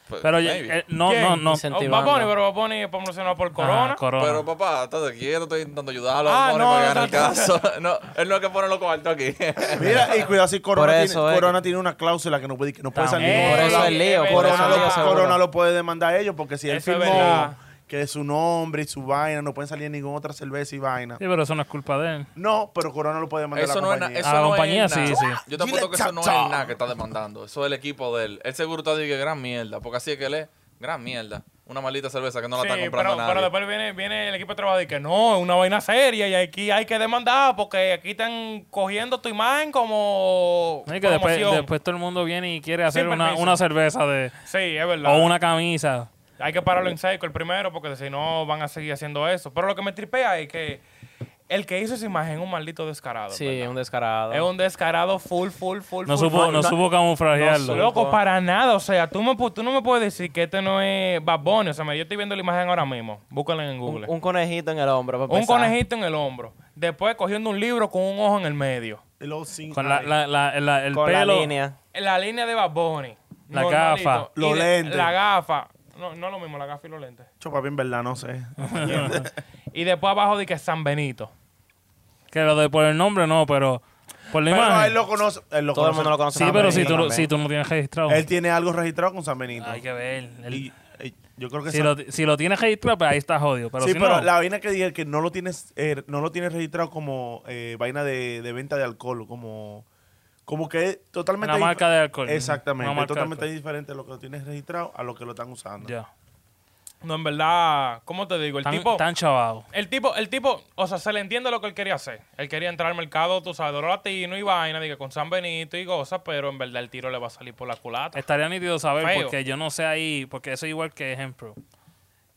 D: Pues,
F: Pero ya-
D: maybe.
F: eh, no,
C: ¿Quién?
F: no, no.
C: Oh,
F: Ajá,
C: Bad Bunny,
A: incentivando.
C: pero Bad Bunny es promocionado por Corona.
F: corona.
D: Pero papá, estate quieto, estoy intentando ayudarlo
C: Ah,
D: a
C: no,
D: para
C: no,
D: ganar el caso. no, él no es que pone los cuartos aquí.
E: Mira, y cuidado si
A: Por
E: Corona,
A: eso,
E: tiene,
A: eh.
E: Corona tiene una cláusula que no puede, que no puede salir.
F: También.
E: ningún
A: Por eso
E: lado.
A: es lío,
C: Eh,
A: por
E: Corona,
A: eso es lío
E: lo,
A: seguro.
E: Corona lo puede demandar a ellos porque si él
C: Eso es
E: firmó
C: verdad.
E: que su nombre y su vaina no pueden salir en ninguna otra cerveza y vaina.
F: Sí, pero eso no es culpa de él.
E: No, pero Corona lo puede demandar
D: eso
E: a la
D: no es nada.
E: compañía.
D: Eso
F: A la
D: no es
F: compañía, sí,
D: nada.
F: sí.
D: Yo te apuesto que eso no es nada que está demandando. Eso es el equipo de él. Él seguro está diciendo que gran mierda, porque así es que él es gran mierda. Una maldita cerveza que no la
C: Sí,
D: está comprando
C: pero,
D: nadie.
C: pero después viene, viene el equipo de trabajo y que no, es una vaina seria y aquí hay que demandar porque aquí están cogiendo tu imagen como
F: No, y que después,
C: promoción.
F: después todo el mundo viene y quiere hacer una,
C: permiso.
F: una cerveza de...
C: Sí, es verdad.
F: O una camisa.
C: Hay que pararlo en seco el primero porque si no van a seguir haciendo eso. Pero lo que me tripea es que el que hizo esa imagen es un maldito descarado.
A: Sí,
C: ¿verdad?
A: es un descarado.
C: Es un descarado full, full, full.
F: No
C: full,
F: supo,
C: full.
F: no supo camuflajearlo.
A: No
C: Loco, para nada. O sea, tú, me, pu- tú no me puedes decir que este no es Bad Bunny. O sea, me- yo estoy viendo la imagen ahora mismo. Búscala en
A: un,
C: Google.
A: un conejito en el hombro. para
C: Un
A: empezar.
C: conejito en el hombro. Después cogiendo un libro con un ojo en el medio.
E: Y luego sin-
F: Con la, la- la- la- el
A: con
F: pelo.
A: la línea.
C: La línea de Bad Bunny.
F: La
C: Normalito.
F: gafa.
C: Y
E: Los
C: de-
E: lentes.
C: La gafa. No, no es lo mismo, la gafa y los lentes.
E: Cho, papi, en verdad, no sé.
C: Y después abajo de que San Benito.
F: Que lo de por el nombre no, pero por la
E: Pero
F: imagen.
E: él lo conoce. él lo
A: Todo el
E: conoce.
A: mundo lo conoce.
F: sí,
A: San
F: pero si
A: Benito
F: tú, lo-
A: también.
F: si tú no tienes registrado.
E: Él tiene algo registrado con San Benito.
F: Hay que ver. El-
E: Y- y yo creo que
F: si,
E: San-
F: lo, si lo tienes registrado, pues ahí está jodido. Pero
E: sí,
F: si
E: pero
F: no,
E: la vaina que dije que no lo tienes, eh, no lo tienes registrado como eh, vaina de, de venta de alcohol, como, como que es totalmente
F: Una
E: dif-
F: marca de alcohol.
E: Exactamente,
F: Una marca de
E: totalmente
F: alcohol.
E: diferente lo que lo tienes registrado a lo que lo están usando.
F: ya.
C: No, en verdad, ¿cómo te digo? El
F: Tan,
C: tipo.
F: tan chavado.
C: El tipo, el tipo, o sea, se le entiende lo que él quería hacer. Él quería entrar al mercado, tú sabes, de lo latino y vaina, diga, con San Benito y goza, pero en verdad el tiro le va a salir por la culata.
F: Estaría nítido saber
C: Feo.
F: porque yo no sé ahí, porque eso es igual que ejemplo.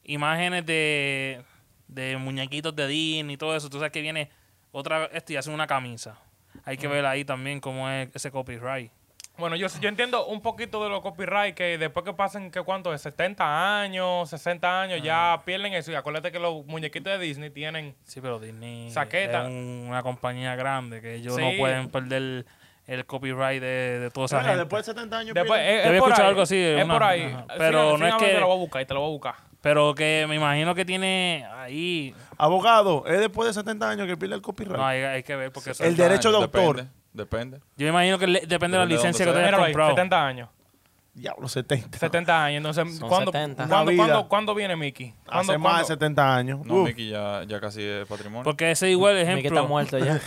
F: Imágenes de, de muñequitos de Disney y todo eso. Tú sabes que viene otra esto y hace una camisa. Hay que ver ahí también cómo es ese copyright.
C: Bueno, yo, yo entiendo un poquito de los copyright que después que pasen, que ¿cuánto es? 70 años, 60 años,
F: Ah.
C: ya pierden eso. Y acuérdate que los muñequitos de Disney tienen...
F: Sí, pero Disney
C: Saqueta.
F: es un- una compañía grande que ellos no
C: Sí.
F: pueden perder el copyright de, de toda esa
E: Mira,
F: gente.
E: después de 70 años.
C: Después,
E: piden-
C: es-
F: Yo había
C: es por
F: escuchado
C: ahí,
F: algo así,
C: Es
F: una-
C: por ahí.
F: ajá.
C: Sí,
F: Pero
C: sí,
F: no es
C: a ver,
F: que-
C: Te lo voy a buscar y te lo voy a buscar.
F: Pero que me imagino que tiene ahí...
E: Abogado, es después de 70 años que pierde el copyright.
F: eh. No, hay, hay que ver porque... eso-
E: El derecho de
D: Depende,
E: autor.
D: Depende.
F: yo imagino que le- depende de la
D: Depende de
F: licencia que
D: dónde
F: te hayas
C: Míralo ahí,
F: comprado.
C: 70 años.
E: Diablo, 70.
C: 70 años. Entonces,
A: Son
C: ¿cuándo,
A: 70.
C: ¿cuándo,
E: Una vida.
C: cuándo- cuándo viene Mickey? ¿Cuándo-
E: Hace más de
C: cuándo?
E: 70 años.
D: No,
E: Uf.
D: Mickey ya, ya casi es patrimonio.
F: Porque ese igual
A: Mickey está
F: ejemplo...
A: muerto ya.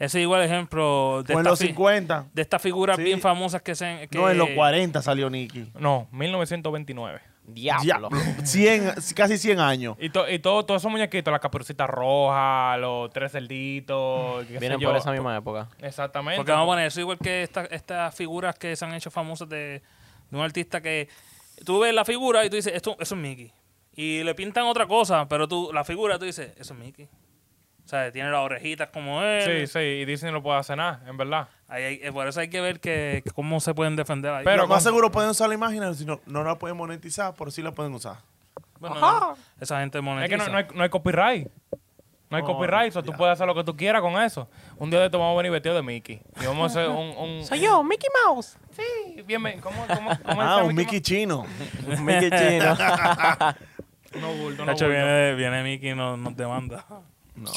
F: Ese igual ejemplo de
E: Fue en los
F: estas
E: 50.
F: figuras
E: Sí.
F: bien famosas que se... Que,
E: No, en los 40 salió Nicky.
C: No, 1929.
A: Diablo.
E: 100, casi 100 años.
C: Y, to- y todo- todos esos muñequitos, la caperucita roja, los tres cerditos. qué sé
A: Vienen
C: yo.
A: por esa misma época.
C: Exactamente.
F: Porque vamos a poner eso igual que esta- estas figuras que se han hecho famosas de, de un artista que... Tú ves la figura y tú dices, esto, eso es Mickey. Y le pintan otra cosa, pero tú, la figura, tú dices, eso es Mickey. O sea, tiene las orejitas como
C: Sí,
F: él.
C: sí, y Disney no puede hacer nada, en verdad.
F: Ahí hay- eh, por eso hay que ver que, que cómo se pueden defender ahí.
C: Pero
E: Pero más
C: con-
E: seguro pueden usar la imagen, si no, no la pueden monetizar, pero sí la pueden usar.
F: Bueno, no, esa gente monetiza.
C: Es que no, no hay, no hay copyright. No hay
E: Oh,
C: copyright, o sea, tú
E: ya.
C: puedes hacer lo que tú quieras con eso. Un día de esto vamos a venir vestido de Mickey. Y vamos a hacer un. Soy yo, Mickey Mouse. Sí, bien, ¿cómo, cómo, cómo
E: Ah,
C: dice
E: un Mickey chino.
A: Un Mickey chino.
C: Mouse? No, bulto,
F: De
C: no,
F: hecho,
C: bulto.
F: viene, viene Mickey y nos, nos demanda.
E: No.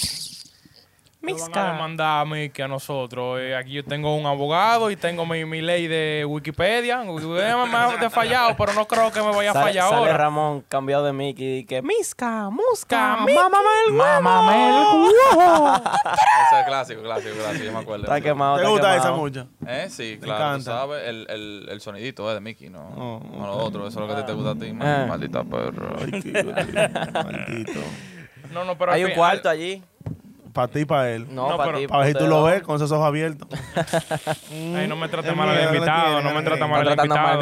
C: Nos van a demandar a mí que a nosotros. Eh, aquí yo tengo un abogado y tengo mi, mi ley de Wikipedia. Wikipedia me ha defallado, pero no creo que me vaya a
A: Sale,
C: fallar
A: sale
C: ahora.
A: Ramón cambiado de Mickey y que Misca, Musca,
C: Mickey,
A: mámame el huevo.
D: Ese es clásico, clásico, clásico. Yo me acuerdo.
A: Está quemado,
E: ¿Te
A: está
E: gusta esa
A: quemado.
E: mucha?
D: ¿Eh? Sí,
E: Me
D: claro, tú
E: encanta.
D: sabes, el, el, el sonidito eh, de Mickey, no,
E: Oh,
D: no lo otro, eso es lo que a ti te gusta a ti,
A: Ah.
D: maldita perra.
E: Ay, tío, tío, maldito.
C: No, no, pero al
A: Hay un
C: fin-
A: cuarto allí.
E: Para ti y para él.
A: No,
C: No,
A: para
C: pero-
A: ti.
E: Para ver si
A: pa'
E: tú
A: ustedes
E: lo
A: dos.
E: ves con esos ojos abiertos.
C: Ay, no me trates
E: Es
C: mal al
E: mierda,
C: invitado, no
E: tiene,
C: me
E: tiene.
C: trates
A: No
C: mal al
A: tratando mal
C: invitado.
A: al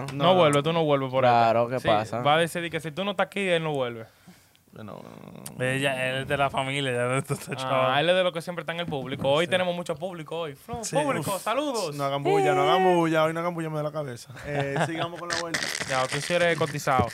A: invitado.
C: No, vuelve, tú no vuelves por ahí.
A: Claro, ¿qué pasa?
C: Va a decidir que si tú no estás aquí, él no vuelve.
E: Bueno,
F: Ella, él es de la familia, ya de esto está
C: Ah,
F: chaval.
C: él es de lo que siempre está en el público. Hoy tenemos mucho público hoy. Flo,
E: Sí,
C: público,
E: uf.
C: saludos.
E: No hagan bulla, no hagan bulla. Hoy no hagan bulla, me da la cabeza. Eh, sigamos con la vuelta.
C: Ya, tú sí eres cotizado.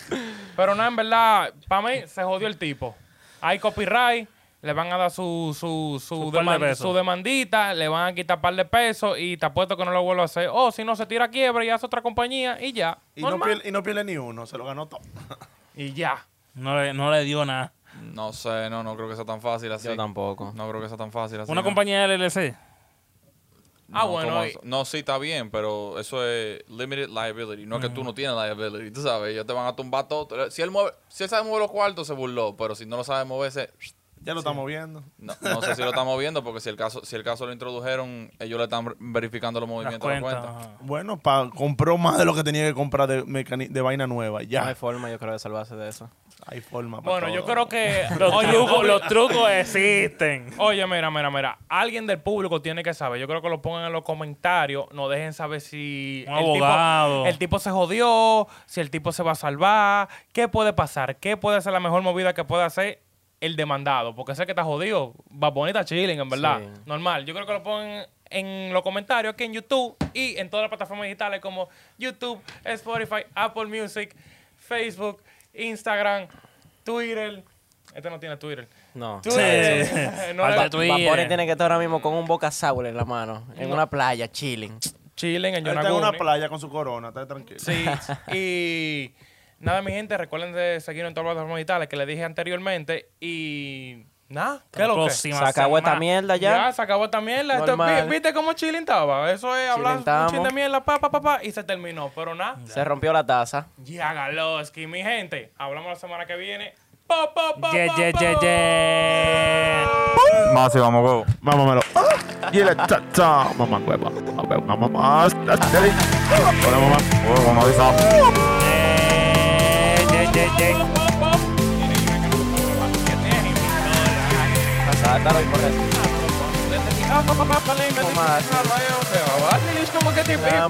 C: Pero nada, en verdad, para mí se jodió el tipo. Hay copyright, le van a dar su, su, su,
F: Su par de
C: deman-
F: pesos.
C: su demandita, le van a quitar par de pesos y te apuesto que no lo vuelvo a hacer. O si no, se tira a quiebra y hace otra compañía y ya.
E: Y no,
C: Normal.
E: pierde, y no pierde ni uno, se lo ganó todo.
C: Y ya.
F: No le, no le dio nada.
D: No sé, no, no creo que sea tan fácil así.
A: Yo tampoco.
D: No creo que sea tan fácil así.
F: Una
D: no.
F: compañía de LLC.
D: No,
C: Ah, bueno,
D: ¿cómo
C: y-
D: eso? No, sí, está bien, pero eso es limited liability. No es
F: Mm.
D: que tú no tienes liability, tú sabes. Ellos te van a tumbar todo. Si él, mueve, si él sabe mover los cuartos, se burló. Pero si no lo sabe moverse,
E: Ya lo estamos viendo.
D: no, no sé si lo estamos viendo. Porque si el caso si el caso lo introdujeron, ellos le están verificando los
F: Las
D: movimientos de la
F: cuentas.
D: cuenta.
F: ajá.
E: Bueno, pa- compró más de lo que tenía que comprar de, mecani- de vaina
A: No
E: nueva.
A: hay
E: Ya,
A: forma, yo creo, de salvarse de eso.
E: hay forma. pa'
C: Bueno,
E: todo.
C: yo creo que.
F: Los,
C: Oye,
F: trucos, los trucos existen.
C: Oye, mira, mira, mira. Alguien del público tiene que saber. Yo creo que lo pongan en los comentarios. Nos dejen saber si
F: Un
C: el tipo-
F: abogado.
C: el tipo se jodió, si el tipo se va a salvar, qué puede pasar, qué puede ser la mejor movida que puede hacer el demandado. Porque sé que está jodido. Va bonita chilling, en verdad.
A: Sí.
C: Normal. Yo creo que lo pongan en los comentarios aquí en YouTube y en todas las plataformas digitales como YouTube, Spotify, Apple Music, Facebook, Instagram, Twitter. Este no tiene Twitter.
A: No.
C: Twitter. No
F: Falta
C: le-
A: Ba-
F: de Twitter.
A: Bad Bunny tiene que estar ahora mismo con un boca sour en la mano, en una playa, chilling.
C: Chilling en
E: Él está en una
C: Yonaguni.
E: playa con su corona, está tranquilo.
C: Sí. y nada, mi gente, recuerden de seguirnos en todas las plataformas digitales que les dije anteriormente. Y nada, ¿qué es lo que?
F: Próxima
A: Se acabó esta
F: semana.
A: mierda
C: Ya
A: ya.
C: se acabó esta mierda. Esto-
A: Normal.
C: vi- ¿Viste cómo Chilling estaba? Eso es hablar
A: Chilling
C: un chin de
A: estamos.
C: mierda, pa, pa, pa, pa, y se terminó. Pero nada,
A: Se rompió la taza.
C: ya Galoski, mi gente. Hablamos la semana que viene. Pa, pa, pa,
F: Yeah,
C: pa,
F: yeah,
C: pa.
F: yeah, yeah.
D: Más y vamos, go.
E: Mámamelo. ¡Ah! Y el cha cha. Mamá hueva. Mamá hueva. Mamá más. Hola, mamá.
F: Yeah, yeah, yeah.
A: Sátalo y por eso.
C: Ah, pa, pa, pa, pa, le metí
A: Tomás.
C: un salvaje, o sea, ¿vale? Es como que te pico.